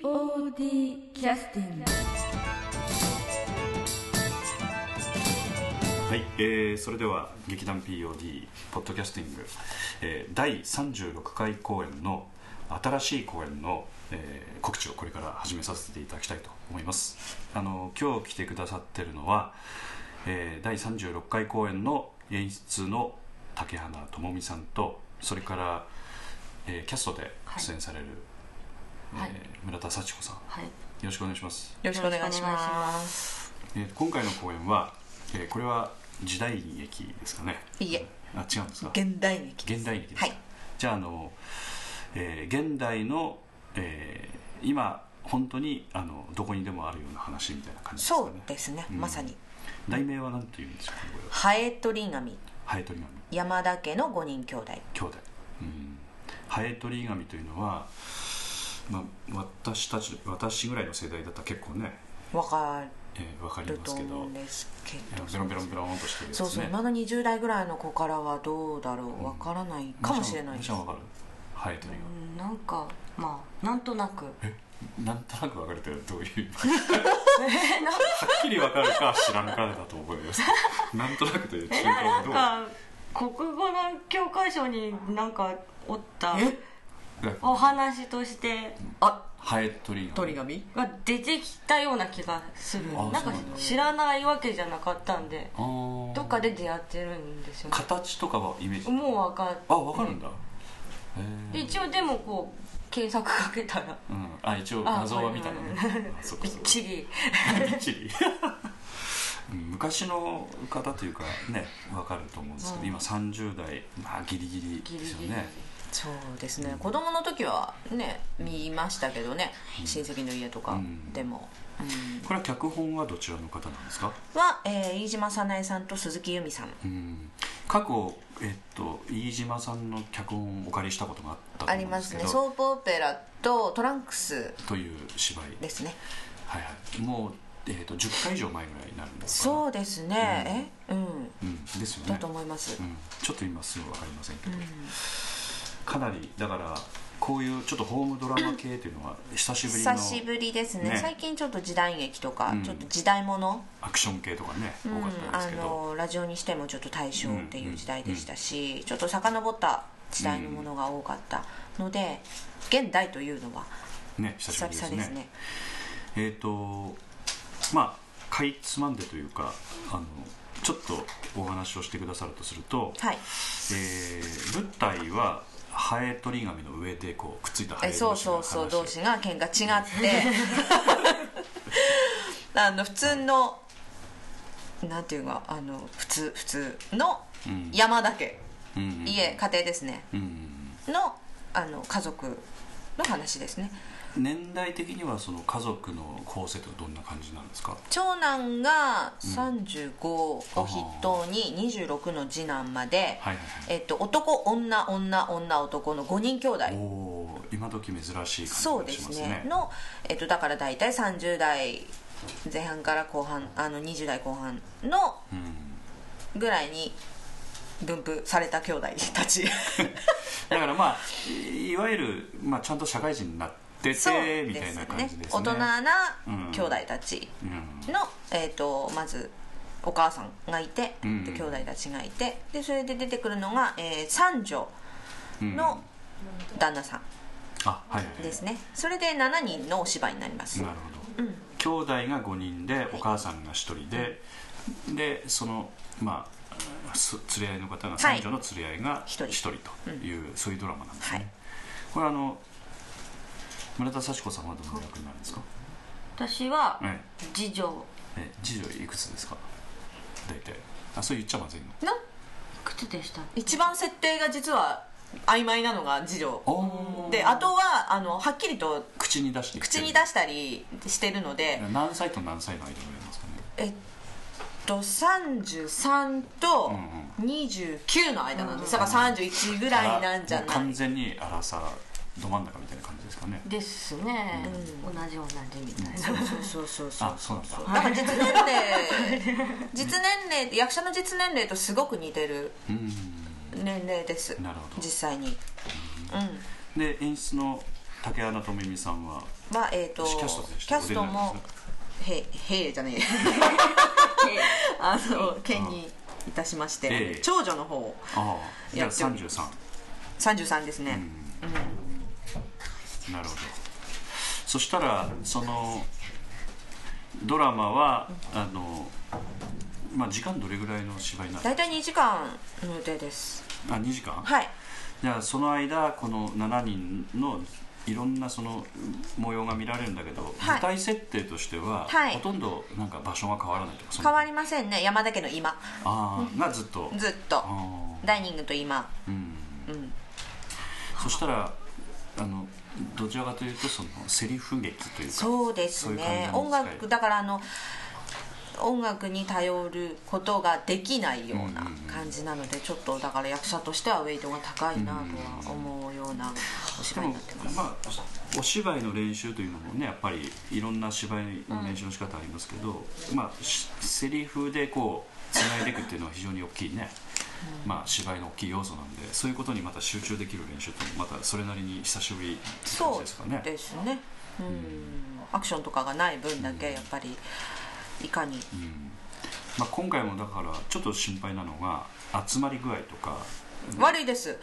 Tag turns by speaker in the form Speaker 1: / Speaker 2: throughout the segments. Speaker 1: POD キャスティング
Speaker 2: はい、えーそれでは劇団 POD ポッドキャスティング、えー第36回公演の新しい公演の、えー告知をこれから始めさせていただきたいと思いますあの今日来てくださってるのは、えー第36回公演の演出の竹花智美さんとそれから、えーキャストで出演される、
Speaker 3: はい
Speaker 2: えー村田幸子さんよ
Speaker 3: はい、よ
Speaker 2: ろしくお願いします
Speaker 3: ろしくお願いします。
Speaker 2: えー今回の公演は、えーこれは時代劇ですかね
Speaker 3: いいえ、
Speaker 2: あ違うんですか
Speaker 3: 現代劇です。
Speaker 2: 現代劇ですか、
Speaker 3: はい
Speaker 2: じゃああの、えー現代の、えー今本当にあのどこにでもあるような話みたいな感じですかね
Speaker 3: そうですね、
Speaker 2: うん
Speaker 3: まさに。
Speaker 2: 題名は何というんですかねこれは
Speaker 3: ハエトリガミ、
Speaker 2: ハエトリガミ
Speaker 3: 山田家の五人兄弟。
Speaker 2: 兄弟、うん、ハエトリガミというのは、まあ、私たち私ぐらいの世代だったら結構ね、
Speaker 3: わか
Speaker 2: えーわかり
Speaker 3: る
Speaker 2: ま
Speaker 3: と
Speaker 2: すけ
Speaker 3: 思
Speaker 2: ど
Speaker 3: うんですけ
Speaker 2: え
Speaker 3: ど。
Speaker 2: ーベロンベロンベロンとしてるやつ
Speaker 3: そうそう、
Speaker 2: ね
Speaker 3: まだ20代ぐらいの子からはどうだろ
Speaker 2: ん
Speaker 3: う、わからないかもしれない
Speaker 2: も
Speaker 3: で
Speaker 2: ち
Speaker 3: す
Speaker 2: ろん。わかるハエトリガミ
Speaker 4: うんなんかまあなんとなく
Speaker 2: えなんとなく分かれてるどういうはっきり分かるか知らんかだと思い ますなんとなくという中
Speaker 4: な
Speaker 2: 間
Speaker 4: ん
Speaker 2: どう
Speaker 4: か国語の教科書になんかおったお話として
Speaker 3: あ、
Speaker 2: ハエトリガミ
Speaker 3: ミ。
Speaker 4: が出てきたような気がする
Speaker 2: あ
Speaker 4: なんか
Speaker 2: そうなんだ
Speaker 4: 知らないわけじゃなかったんで
Speaker 2: あー
Speaker 4: どっかで出会ってるんですよね
Speaker 2: 形とかはイメージ
Speaker 4: もう分かっ
Speaker 2: あ分かるんだ、
Speaker 4: で
Speaker 2: へー
Speaker 4: 一応でもこう検索かけたら
Speaker 2: うん、あ一応謎は見たのね
Speaker 4: あはいはい
Speaker 2: あそっか
Speaker 4: びっ
Speaker 2: そっか
Speaker 4: ちり
Speaker 2: びっちりうん昔の方というかね分かると思うんですけど、
Speaker 4: うん
Speaker 2: 今30代、まあ、ギリギリですよね
Speaker 4: ギリギリ
Speaker 3: そうですね、子供の時はね、見ましたけどね、親戚の家と
Speaker 2: う
Speaker 3: か
Speaker 2: ん
Speaker 3: でも。うん
Speaker 2: これは脚本はどちらの方なんですか
Speaker 3: は、えー飯島早苗さんと鈴木由美さん。
Speaker 2: うん過去、えっと、飯島さんの脚本をお借りしたことがあったと
Speaker 3: あ
Speaker 2: 思
Speaker 3: り
Speaker 2: うん
Speaker 3: ま
Speaker 2: ですすけ
Speaker 3: ね
Speaker 2: ど
Speaker 3: ソープオペラとトランクス
Speaker 2: という芝居、
Speaker 3: ですね
Speaker 2: はいはい、もう、えっと10回以上前ぐらいになるんですかな
Speaker 3: そうですねえうん
Speaker 2: う、ん、ですよ
Speaker 3: だ
Speaker 2: ね
Speaker 3: と、思います
Speaker 2: うん、ちょっと今すぐ分かりませんけど、
Speaker 3: うん
Speaker 2: かなりだからこういうちょっとホームドラマ系というのは久しぶりの
Speaker 3: 久しぶりですね
Speaker 2: ね
Speaker 3: 最近ちょっと時代劇とか、
Speaker 2: うん
Speaker 3: ちょっと時代もの、
Speaker 2: アクション系とかね、
Speaker 3: うん
Speaker 2: 多かったで
Speaker 3: あ
Speaker 2: すけど
Speaker 3: のラジオにしてもちょっと大正っていう時代でしたし、ちょっと遡った時代のものが多かったので、現代というのは
Speaker 2: ね久しぶ
Speaker 3: 久々
Speaker 2: り
Speaker 3: で
Speaker 2: ですす
Speaker 3: ね
Speaker 2: ねえっ、とまあかいつまんでというかあのちょっとお話をしてくださるとすると、
Speaker 3: はい
Speaker 2: えー舞台はハエ取り紙の上でこうくっついたハエ
Speaker 3: えそうそうそう同
Speaker 2: 同
Speaker 3: 士
Speaker 2: 士
Speaker 3: が喧嘩違って あの普通のなんていうかあの普通普通の
Speaker 2: うん
Speaker 3: 山だけ、
Speaker 2: うんうん
Speaker 3: 家家庭ですね
Speaker 2: うん
Speaker 3: のあの家族の話ですね
Speaker 2: 年代的にはその家族の構成とどんな感じなんですか
Speaker 3: 長男が35を筆頭に26の次男まで、
Speaker 2: はいはい
Speaker 3: えっと、男女女女男の5人兄弟
Speaker 2: はいおー今時珍しい
Speaker 3: そう
Speaker 2: 感
Speaker 3: で
Speaker 2: じがし
Speaker 3: す
Speaker 2: ます
Speaker 3: ね
Speaker 2: ね
Speaker 3: の、えっと、だから大体30代前半から後半あの20代後半の
Speaker 2: うん
Speaker 3: ぐらいに分布された兄弟 たち
Speaker 2: だからまあいいわゆる、まあ、ちゃんと社会人になっててみたいな感じですね
Speaker 3: 大人な兄弟たち
Speaker 2: うん
Speaker 3: の、えっとまずお母さんがいて、
Speaker 2: うん
Speaker 3: で兄弟たちがいてでそれで出てくるのが、えー三女
Speaker 2: うん
Speaker 3: の旦那さ
Speaker 2: あはいはい
Speaker 3: んですね、それで7人のお芝居になります
Speaker 2: なるほど、兄弟が5人でお母さんが1人で、でそのまあす連れ合いの方が
Speaker 3: はい
Speaker 2: 三女の連れ合いが
Speaker 3: 一人
Speaker 2: 1人という、そういうドラマなんですね、
Speaker 3: はい
Speaker 2: これあの村田幸子さんはどの役になるんですか、
Speaker 4: 私は
Speaker 2: え
Speaker 4: 次女
Speaker 2: ええ次女いくつですか大体あそれ言っちゃまずいの
Speaker 3: の
Speaker 4: いくつでした
Speaker 3: 一番設定が実は曖昧なのが次女
Speaker 2: おー
Speaker 3: であとはあのはっきりと
Speaker 2: 口に出して
Speaker 3: 口に出したりしてるので、
Speaker 2: 何歳と何歳の間ぐらいなんですかね
Speaker 3: えっと33と
Speaker 2: うん
Speaker 3: 29の間なんですだから31ぐらいなんじゃ
Speaker 2: あもう
Speaker 3: ない
Speaker 2: 完全に荒さど真ん中みたいな感じですかね
Speaker 4: ですね、同じ同じみたいな、
Speaker 3: そうそう そう
Speaker 2: あそうなんだ
Speaker 3: だから実年齢実年齢役者の実年齢とすごく似てる
Speaker 2: うん
Speaker 3: 年齢です
Speaker 2: なるほど
Speaker 3: 実際にうん
Speaker 2: で演出の竹穴とめみさんは
Speaker 3: まあえっ、と
Speaker 2: キャストでした
Speaker 3: キャスト
Speaker 2: お出
Speaker 3: も
Speaker 2: になりま
Speaker 3: へ平じゃねえ あの兼任いたしまし
Speaker 2: え
Speaker 3: て
Speaker 2: え
Speaker 3: 長女の方を
Speaker 2: ああいや
Speaker 3: やっており
Speaker 2: 33
Speaker 3: 33ですね、
Speaker 2: なるほどそしたらそのドラマはあのまあ時間どれぐらいの芝居なの
Speaker 3: 大体2時間の予定です
Speaker 2: あ2時間
Speaker 3: はい
Speaker 2: じゃあその間この7人のいろんなその模様が見られるんだけど、
Speaker 3: はい
Speaker 2: 舞台設定としては、
Speaker 3: はい
Speaker 2: ほとんどなんか場所が変わらないとかそんな
Speaker 3: 変わりませんね山田家の今
Speaker 2: ああがずっと
Speaker 3: ずっと
Speaker 2: ああ
Speaker 3: ダイニングと今
Speaker 2: うん
Speaker 3: うん
Speaker 2: そしたらあのどちらかというとそのセリフ劇というか
Speaker 3: そうです
Speaker 2: そういう感じ
Speaker 3: ね
Speaker 2: なん
Speaker 3: 音
Speaker 2: ですか
Speaker 3: 楽だからあの音楽に頼ることができないよう
Speaker 2: う
Speaker 3: なん
Speaker 2: うんうん
Speaker 3: 感じなのでちょっとだから役者としてはウェイトが高いなとは思うようなお
Speaker 2: で
Speaker 3: 芝居に
Speaker 2: も
Speaker 3: なってます
Speaker 2: まあお芝居の練習というのもねやっぱりいろんな芝居の練習の仕方ありますけど、まあしセリフでこうつないでいくっていうのは非常に大きいね、まあ芝居の大きい要素なんでそういうことにまた集中できる練習っていうのもまたそれなりに久しぶりって感じ
Speaker 3: そ
Speaker 2: ですかね
Speaker 3: うですねうんアクションとかがない分だけやっぱりいかに
Speaker 2: まあ、今回もだからちょっと心配なのが集まり具合とか
Speaker 3: 悪いです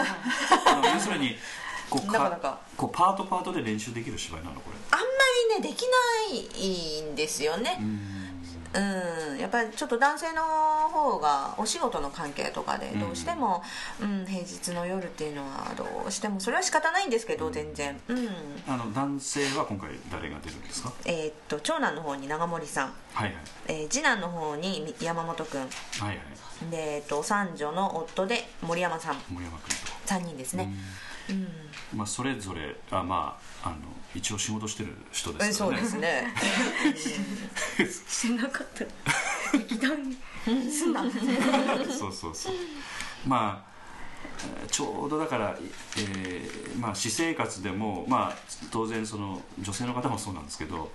Speaker 2: あの要するにこう
Speaker 3: なかなか
Speaker 2: こうパートパートで練習できる芝居なのこれ
Speaker 3: あんまりねできないんですよねうんやっぱりちょっと男性の方がお仕事の関係とかでどうしても、うん平日の夜っていうのはどうしてもそれは仕方ないんですけど全然うん
Speaker 2: あの男性は今回誰が出るんですか
Speaker 3: えーっと長男の方に長森さん、
Speaker 2: はいはい
Speaker 3: えー次男の方に山本君
Speaker 2: はいはい
Speaker 3: で、えーっと三女の夫で森山さん
Speaker 2: 森山君と
Speaker 3: 3人ですねうん、
Speaker 2: まあ、それぞれあ、まあ、あの一応仕事してる人
Speaker 3: え
Speaker 2: ですか
Speaker 3: そう
Speaker 2: らね
Speaker 3: ですね
Speaker 4: してなかった劇団に
Speaker 2: そうそうそうまあえーちょうどだから、えーまあ、私生活でも、まあ、当然その女性の方もそうなんですけど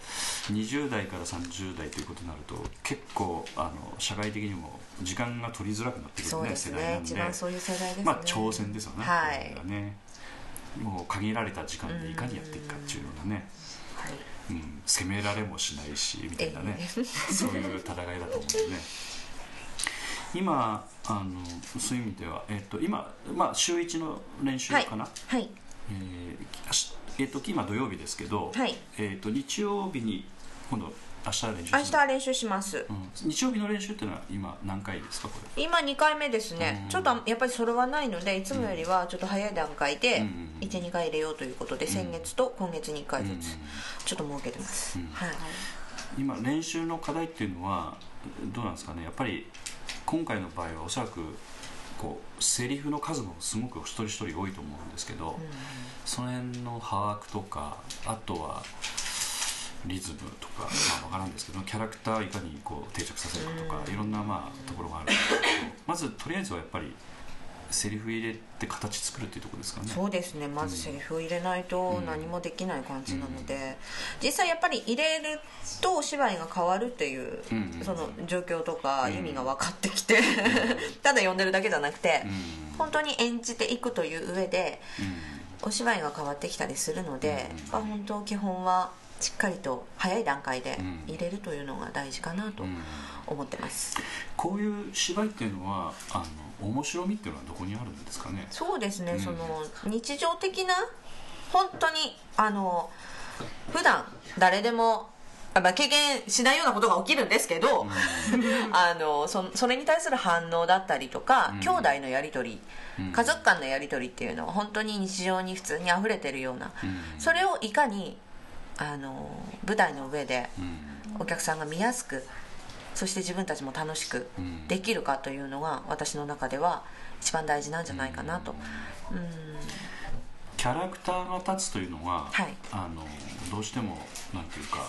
Speaker 2: 20代から30代ということになると結構あの社会的にも時間が取りづらくなってくる、ね
Speaker 3: そうです
Speaker 2: 世代
Speaker 3: ね
Speaker 2: なんで
Speaker 3: 一番そういう世代ですね、
Speaker 2: まあ、挑戦ですよね,、
Speaker 3: はい
Speaker 2: ねもう限られた時間でいかにやっていくかっていうようなね、
Speaker 3: はい
Speaker 2: うん、責められもしないしみたいなね、そういう戦いだと思うんでね今あのそういう意味では、えっと今、まあ、週1の練習かな、
Speaker 3: はい
Speaker 2: えーあしえっと今土曜日ですけど、
Speaker 3: はい
Speaker 2: えっと日曜日に今度明日練習する
Speaker 3: 明日練習します、
Speaker 2: うん、日曜日の練習っていうのは今何回ですかこれ
Speaker 3: 今2回目ですね、
Speaker 2: うん
Speaker 3: ちょっとやっぱりそれはないのでいつもよりはちょっと早い段階で
Speaker 2: うんうんうん
Speaker 3: 12回入れようということで、先月と今月に1回ずつちょっと設けてます、
Speaker 2: うん
Speaker 3: はい、
Speaker 2: 今練習の課題っていうのはどうなんですかねやっぱり今回の場合はおそらくこうセリフの数もすごく一人一人多いと思うんですけど、その辺の把握とかあとはリズムとか、まあ、分からんですけどキャラクターをいかにこう定着させるかとか、いろんなまあところがあるんですけどまずとりあえずはやっぱりセリフ入れて形作るっていうところですかね。
Speaker 3: そうですねまずセリフを入れないと何もできない感じなので、実際やっぱり入れるとお芝居が変わるっていう、
Speaker 2: うんうん
Speaker 3: その状況とか意味が分かってきて、 ただ呼んでるだけじゃなくて、
Speaker 2: うん
Speaker 3: 本当に演じていくという上で
Speaker 2: うん
Speaker 3: お芝居が変わってきたりするので、やっぱ本当基本はしっかりと早い段階で
Speaker 2: うん
Speaker 3: 入れるというのが大事かなと
Speaker 2: ん
Speaker 3: 思ってます、
Speaker 2: こういう芝居っていうのはあの面白みっていうのはどこにあるんですかね
Speaker 3: そうですね、その日常的な本当にあの普段誰でもあまあ経験しないようなことが起きるんですけど、 あのそそれに対する反応だったりとか、
Speaker 2: うん
Speaker 3: 兄弟のやり取り、
Speaker 2: うん
Speaker 3: 家族間のやり取りっていうのは本当に日常に普通に溢れてるような、
Speaker 2: うん
Speaker 3: それをいかにあの舞台の上で
Speaker 2: うん
Speaker 3: お客さんが見やすくそして自分たちも楽しく
Speaker 2: うん
Speaker 3: できるかというのが私の中では一番大事なんじゃないかなと、うん
Speaker 2: キャラクターが立つというのは、
Speaker 3: はい
Speaker 2: あのどうしてもなんていうか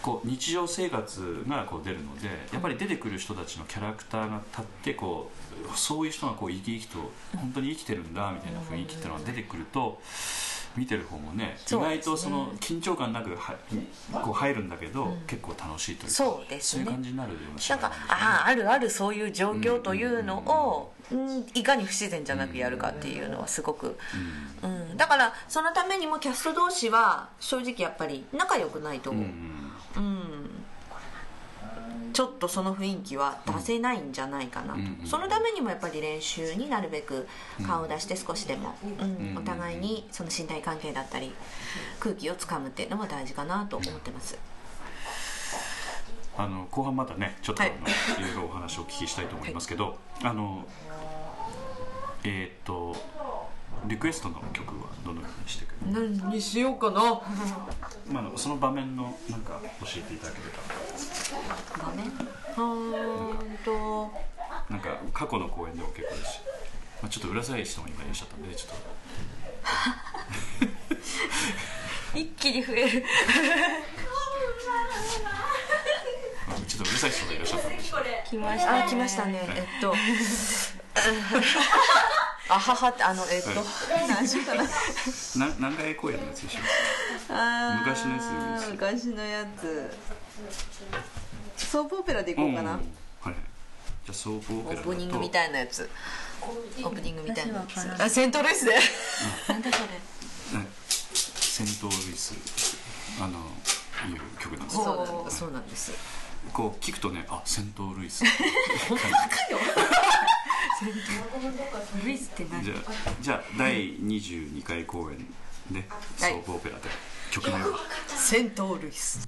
Speaker 2: こう日常生活がこう出るのでやっぱり出てくる人たちのキャラクターが立ってこうそういう人がこう生き生きと本当に生きてるんだみたいな雰囲気っていうのが出てくると見てる方もね意
Speaker 3: そうですね
Speaker 2: 外とその緊張感なくはこう入るんだけど、結構楽しいというか
Speaker 3: そうです
Speaker 2: そうい
Speaker 3: ね
Speaker 2: う感じになるような試
Speaker 3: な
Speaker 2: 合
Speaker 3: んか
Speaker 2: ですね
Speaker 3: あああるあるそういう状況というのを、うんいかに不自然じゃなくやるかっていうのはすごく、うん、だからそのためにもキャスト同士は正直やっぱり仲良くないと、
Speaker 2: うんうん
Speaker 3: ちょっとその雰囲気は出せないんじゃないかなと、
Speaker 2: うんうん
Speaker 3: そのためにもやっぱり練習になるべく顔を出して少しでも、うん
Speaker 2: うん
Speaker 3: お互いにその信頼関係だったり空気をつかむっていうのは大事かなと思ってます。
Speaker 2: あの後半またねちょっとあの、
Speaker 3: はい
Speaker 2: い、ろいろお話をお聞きしたいと思いますけど、あのえーっとリクエストの曲はどのようにしてくる、
Speaker 3: 何にしようかな
Speaker 2: まああの、その場面のなんか教えていただければ
Speaker 3: 場面うーんと
Speaker 2: なんか過去の公演でも結構ですし、まあ、ちょっとうるさい人も今いらっしゃったんでちょっと
Speaker 3: 一気に増える
Speaker 2: あちょっとうるさい人がいらっしゃ ったんでちょっと
Speaker 4: 来ました
Speaker 3: あ来ましたねえっとあははってあのえっと何しようかな
Speaker 2: な何回公演のやつでしょ
Speaker 3: あー
Speaker 2: 昔のやつでもいいですよ
Speaker 3: 昔のやつソープオペラでいこうかな、
Speaker 2: んはいじゃあ総合オ
Speaker 3: オ
Speaker 2: ペラ
Speaker 3: ー
Speaker 2: だ
Speaker 3: プニングみ
Speaker 2: と
Speaker 3: たいなやつオープニングみたいなや
Speaker 1: 私わから
Speaker 3: つ
Speaker 1: ない
Speaker 3: あセントルイスで
Speaker 1: なんだそれ
Speaker 2: ねセントルイスあのいう曲なんです
Speaker 3: そ
Speaker 2: よ
Speaker 3: うなんですそうなんです
Speaker 2: こう聞くとねあセントルイ ス
Speaker 4: ルイスって何
Speaker 2: じゃあじゃあ第22回公演で
Speaker 3: はい
Speaker 2: 総合オペラで曲名は
Speaker 3: セントルイス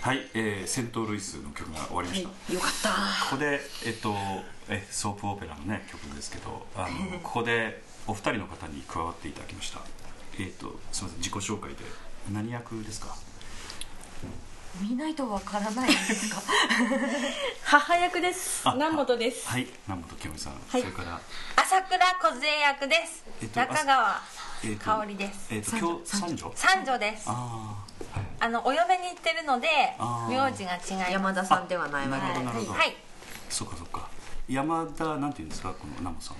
Speaker 2: はい、えー、セントルイスの曲が終わりました、
Speaker 3: よかった
Speaker 2: ここで、えっと、えソープオペラの、ね、曲ですけどあ のここでお二人の方に加わっていただきました、えっと、すみません自己紹介で何役ですか
Speaker 4: 見ないとわからないですか母役です
Speaker 2: あ
Speaker 4: 南本です
Speaker 2: はい南本清美さん、それから、
Speaker 5: 朝倉梢役です、
Speaker 2: えっと
Speaker 5: 中川
Speaker 2: えっと
Speaker 5: 香織です
Speaker 2: えっと今日三女
Speaker 5: 三女ですあ
Speaker 2: あ
Speaker 5: のお嫁に行ってるので
Speaker 2: あー
Speaker 5: 名字が違いま
Speaker 3: 山田さんではないわ
Speaker 2: あなる
Speaker 3: け
Speaker 2: ほど
Speaker 3: で
Speaker 2: なるほ
Speaker 5: す
Speaker 2: ど、
Speaker 5: はい
Speaker 2: そうかそうか山田なんて言うんですかこの南本さん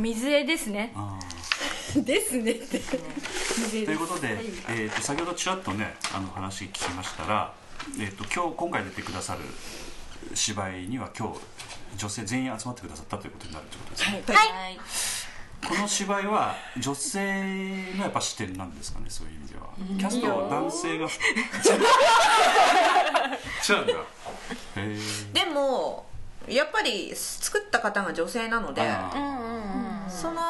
Speaker 6: 水絵ですね
Speaker 2: あー
Speaker 6: ですねって水絵
Speaker 2: と
Speaker 6: で
Speaker 2: いう
Speaker 6: す
Speaker 2: ことで、えー、と先ほどちらっとねあの話聞きましたら、えー、と今日今回出てくださる芝居には今日女性全員集まってくださったということになるということですね、
Speaker 3: はい
Speaker 1: はい。
Speaker 2: この芝居は女性のやっぱ視点なんですかねそういう意味ではキャストは男性が 違うんだへー
Speaker 3: でもやっぱり作った方が女性なので
Speaker 2: あー
Speaker 3: その、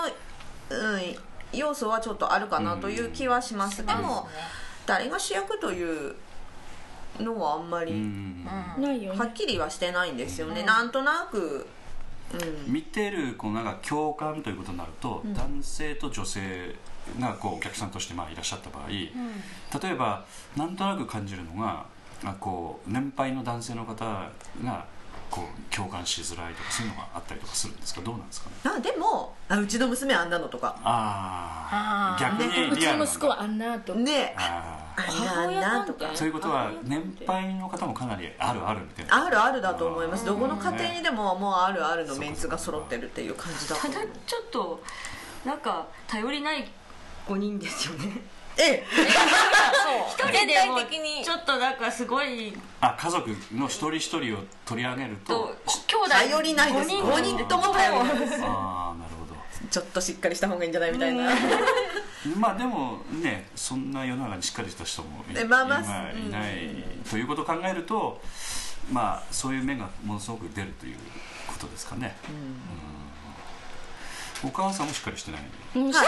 Speaker 3: うん、要素はちょっとあるかなという気はします、でも誰が主役というのはあんま
Speaker 2: う
Speaker 3: り
Speaker 2: ん
Speaker 6: ないよ
Speaker 3: はっきりはしてないんですよね、なんとなく、うん、
Speaker 2: 見てるこうなんか共感ということになると、男性と女性がこうお客さんとしてまあいらっしゃった場合、例えばなんとなく感じるのがあこう年配の男性の方がこう共感しづらいとかそういうのがあったりとかするんですかどうなんですかね
Speaker 3: あでもあうちの娘あんなのとか
Speaker 2: ああ逆
Speaker 6: う
Speaker 2: に
Speaker 6: ち
Speaker 2: リアル
Speaker 6: の
Speaker 2: な
Speaker 6: 息子はあんなと
Speaker 3: ね
Speaker 2: あ
Speaker 3: あんなあんなとか
Speaker 2: ーそういうことは年配の方もかなりあるあるみたいな
Speaker 3: あるあるだと思いますどこの家庭に
Speaker 2: ね
Speaker 3: でももうあるあるのメンツが揃ってるっていう感じだと
Speaker 4: た
Speaker 3: 思
Speaker 4: だ
Speaker 3: う
Speaker 4: ちょっとなんか頼りない5人ですよね
Speaker 3: ええ
Speaker 5: そう全体的に
Speaker 4: ちょっとなんかすごい
Speaker 2: あ家族の一人一人を取り上げる
Speaker 4: と
Speaker 2: と
Speaker 4: 兄弟
Speaker 3: 頼りないです
Speaker 4: 5
Speaker 3: 5
Speaker 4: 人
Speaker 3: 人とも頼りないです
Speaker 2: ああなるほど
Speaker 3: ちょっとしっかりした方がいいんじゃないみたいな、
Speaker 2: まあでもねそんな世の中にしっかりした人もい,、
Speaker 3: えまあまあ
Speaker 2: 今いない、ということを考えるとまあそういう面がものすごく出るということですかね、うんお母さんもしっかりしてない
Speaker 6: うんしっか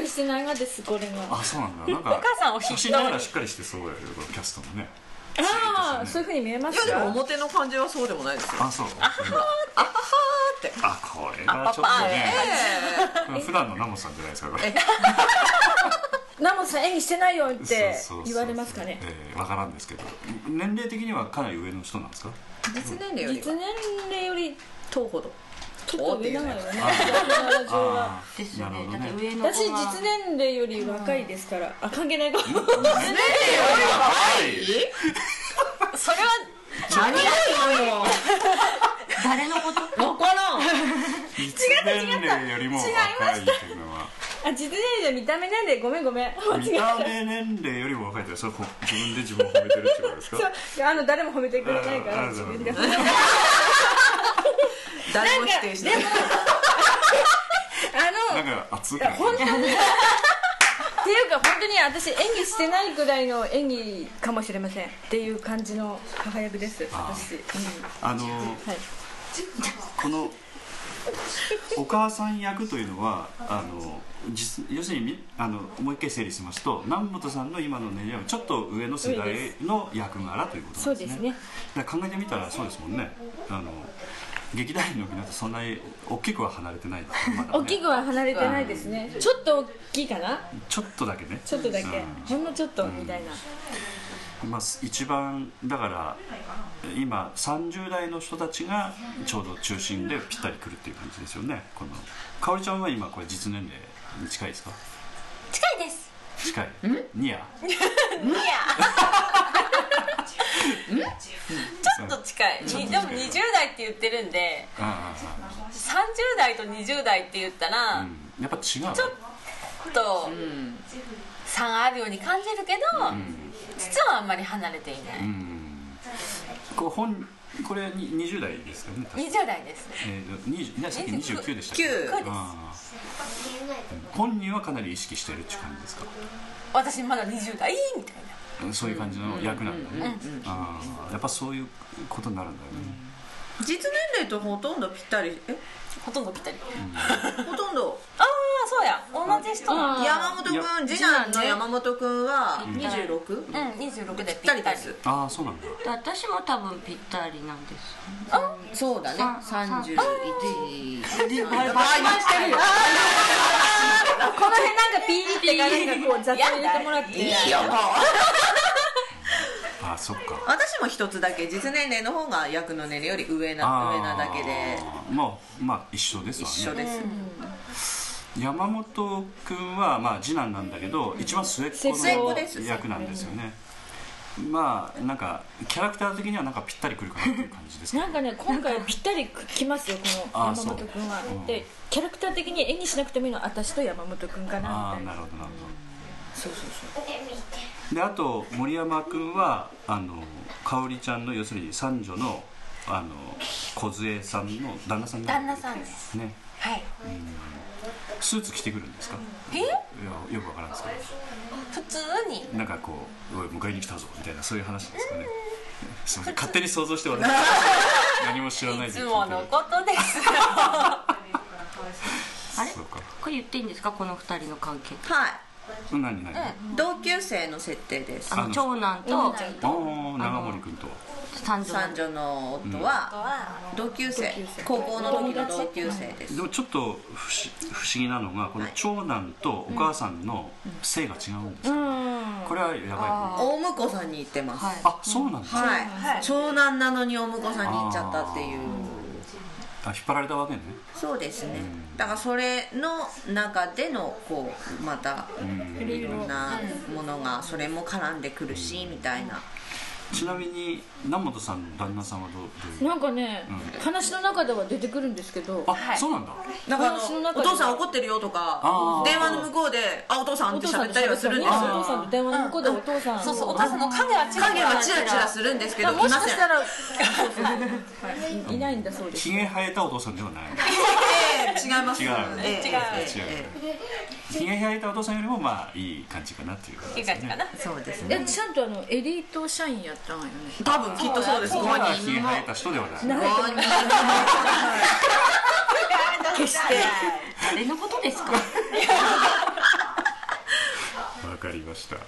Speaker 6: りしてないがですこれが
Speaker 2: あそうなんだなんか
Speaker 5: お母さんおひ
Speaker 2: 写真ながらしっかりしてそうやけどこのキャストもね
Speaker 6: ああそういうふうに見えま
Speaker 3: いや
Speaker 6: す
Speaker 3: でも
Speaker 6: か
Speaker 3: 表の感じはそうでもないですよ
Speaker 2: あそう
Speaker 3: あははーって
Speaker 2: あこれはちょっとね普段のナモさんじゃないですかこれ
Speaker 6: ナモさん演技してないよっ
Speaker 2: そう
Speaker 6: て
Speaker 2: そうそう
Speaker 6: 言われますかね
Speaker 2: えーわからんですけど年齢的にはかなり上の人なんですか
Speaker 3: 実年齢より
Speaker 6: 実
Speaker 3: は
Speaker 6: 年齢より
Speaker 3: 当ほど
Speaker 6: ちょっと上なのよね70は
Speaker 2: あー
Speaker 4: ですよ
Speaker 2: なる
Speaker 4: ね
Speaker 2: ほど
Speaker 4: だって
Speaker 2: ね
Speaker 4: 上の
Speaker 6: 私
Speaker 4: 子が
Speaker 6: 実年齢より若いですから あ関係ないか
Speaker 5: それは
Speaker 3: 何がいのよ
Speaker 4: 誰のこと
Speaker 3: 分からん
Speaker 2: 一年齢よりも若いっていうのは
Speaker 6: あ実年齢見た目なんでごめんごめん間違
Speaker 2: 見
Speaker 6: え
Speaker 2: た
Speaker 6: た
Speaker 2: 目年齢よりも若いってそれこう自分で自分を褒めてるってことですか
Speaker 6: そうあの誰も褒めてくれないから
Speaker 2: あー
Speaker 6: 自分が
Speaker 2: な
Speaker 3: 誰も否定してない
Speaker 6: あの
Speaker 2: なんか熱く
Speaker 6: いや本当にっていうか本当に私演技してないぐらいの演技かもしれませんっていう感じの母役です私、うん
Speaker 2: あの
Speaker 6: はい、
Speaker 2: このお母さん役というのはあの実要するにみあのもう一回整理しますと南本さんの今の年齢よりちょっと上の世代の役柄ということなん
Speaker 6: そう
Speaker 2: ですね
Speaker 6: ですね
Speaker 2: だから考えてみたらそうですもんねあの劇団員の皆さんそんなに大きくは離れてないですからまだね
Speaker 6: 大きくは離れてないですねちょっと大きいかな
Speaker 2: ちょっとだけね
Speaker 6: ちょっとだけ
Speaker 2: うん
Speaker 6: ほんのちょっとみたいな、
Speaker 2: まあ、一番だから今30代の人たちがちょうど中心でぴったりくるっていう感じですよねこのかおりちゃんは今これ実年齢に近いですか
Speaker 5: 近いです
Speaker 2: 近いニ
Speaker 5: い
Speaker 2: ア
Speaker 5: や
Speaker 2: ちょ
Speaker 5: ちょっと近いにでも20代って言ってるんで
Speaker 2: あ
Speaker 5: 30代と20代って言った
Speaker 2: あ、
Speaker 5: ら
Speaker 2: うん、やっぱ違う
Speaker 5: ちょっと差あるように感じるけど実はあんまり離れていな
Speaker 2: う
Speaker 5: い
Speaker 2: んこう本これに20代ですかね確か
Speaker 5: 20代です
Speaker 2: えーと、20ねさっき29でしたっけ
Speaker 3: 9
Speaker 2: あー本人はかなり意識してるっていう感じですか
Speaker 5: 私まだ20代みたいな
Speaker 2: そういう感じの役なんだね、ああやっぱそういうことになるんだよね、
Speaker 3: 実年齢とほとんどぴったりえ
Speaker 5: ほとんどぴったり
Speaker 3: ほとんど
Speaker 5: ああそうや同じ人うん
Speaker 3: 山本
Speaker 2: い
Speaker 3: 君次男の山本君は 26?
Speaker 5: 26でぴ
Speaker 3: ぴっ
Speaker 5: ったた
Speaker 3: り
Speaker 5: り
Speaker 3: です
Speaker 2: ああそうなんだ
Speaker 4: 私も多分ぴったりなんです
Speaker 3: そうだね31
Speaker 6: あ
Speaker 3: 倍
Speaker 6: ーこの辺なんかピーってなんかこう雑に入れてもらっていい
Speaker 3: いいよもう
Speaker 2: ああそっか
Speaker 3: 私も一つだけ実年齢の方が役の年齢より上な上なだけで
Speaker 2: あーまあまあ一緒ですわね
Speaker 3: 一緒です、
Speaker 2: 山本君はまあ次男なんだけど一番末っ子
Speaker 6: 末っ子
Speaker 3: です
Speaker 2: の役なんですよねまあなんかキャラクター的にはなんかぴったりくるかなっていう感じですか
Speaker 6: なんかね今回ぴったりきますよこの
Speaker 2: あー
Speaker 6: 山本君は
Speaker 2: そううん
Speaker 6: でキャラクター的に演技しなくてもいいのは私と山本君かな
Speaker 2: あ
Speaker 6: みた
Speaker 2: あ
Speaker 6: い
Speaker 2: な
Speaker 6: な
Speaker 2: るほどなるほど
Speaker 3: そうそうそう
Speaker 2: であと森山君はあの香織ちゃんの要するに三女のあの梢さんの旦那さんになる
Speaker 5: 旦那さんです
Speaker 2: ね
Speaker 5: はい
Speaker 2: スーツ着てくるんですか
Speaker 5: え
Speaker 2: いやよくわからんですけ
Speaker 5: 普通に
Speaker 2: どなんかこう「おい迎えに来たぞ」みたいなそういう話ですかねすいません勝手に想像し て笑って何も知らない
Speaker 5: いつ
Speaker 2: で聞いて
Speaker 5: ものことですよ
Speaker 4: あれ
Speaker 2: そうか
Speaker 4: これ言っていいんですかこの二人の関係
Speaker 3: はい
Speaker 2: 何何、あ
Speaker 3: 同級生の設定です
Speaker 4: あの長男と
Speaker 2: あー長森君とは
Speaker 4: 三女
Speaker 3: 三女の夫は
Speaker 5: は
Speaker 3: 同級生高校の時の同級生です
Speaker 2: でもちょっと不思不思議なのがこの長男とお母さんの性が違うんですよ、これはやばいもん
Speaker 3: 大婿さんに行ってますはい、
Speaker 2: あそうなんですか、
Speaker 3: 長男なのにお婿さんに行っちゃったっていう
Speaker 2: あ引っ張られたわけね
Speaker 3: そうですねだからそれの中でのこうまたいろんなものがそれも絡んでくるしみたいな
Speaker 2: ちなみに南本さんの旦那さんはどうどういう
Speaker 6: なんかね、話の中では出てくるんですけど
Speaker 2: あ、そうなんだ
Speaker 3: だからあ
Speaker 6: 私の
Speaker 3: の
Speaker 6: 中
Speaker 3: お
Speaker 6: で
Speaker 3: 父さん怒ってるよとか
Speaker 2: あー
Speaker 3: 電話の向こうで「あお父さん」
Speaker 6: お
Speaker 3: って
Speaker 6: 父さん
Speaker 3: 喋っ
Speaker 6: と
Speaker 3: たりはするんです
Speaker 6: お父
Speaker 3: よ
Speaker 6: さんと電話の向こうでお父さん
Speaker 5: そうそうお母さんの影は違う
Speaker 3: 影はチラチラするんですけどい
Speaker 6: も
Speaker 3: ま
Speaker 6: しか
Speaker 3: せん
Speaker 6: したらはいいないんだそうです
Speaker 2: ひげ生えたお父さんではない
Speaker 3: ええ違います
Speaker 2: 違う
Speaker 3: ええ
Speaker 2: 違う
Speaker 3: ええええ
Speaker 2: ひげ生えたお父さんよりもまあいい感じかなっていう感
Speaker 5: いい
Speaker 2: じ
Speaker 5: 感じかな
Speaker 3: そうですね
Speaker 6: えちゃんとあのエリート社員やったんよね
Speaker 3: 多分きっとそうです
Speaker 2: まだ
Speaker 3: 5
Speaker 2: ひげ
Speaker 3: 人も
Speaker 2: 生えた人ではない
Speaker 3: 5人
Speaker 5: 決して
Speaker 4: 誰のことですか
Speaker 2: わかりました、は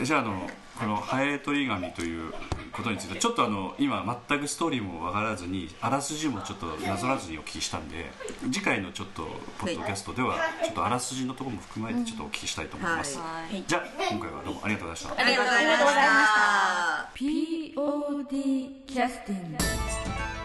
Speaker 2: い、じゃああのこの「ハエ取り紙」ということについてちょっとあの今全くストーリーも分からずにあらすじもちょっとなぞらずにお聞きしたんで次回のちょっとポッドキャストではちょっとあらすじのところも含めてちょっとお聞きしたいと思います、じゃあ今回はどうもありがとうございました
Speaker 5: ありがとうございました
Speaker 3: ありがとうございました
Speaker 1: POD キャスティング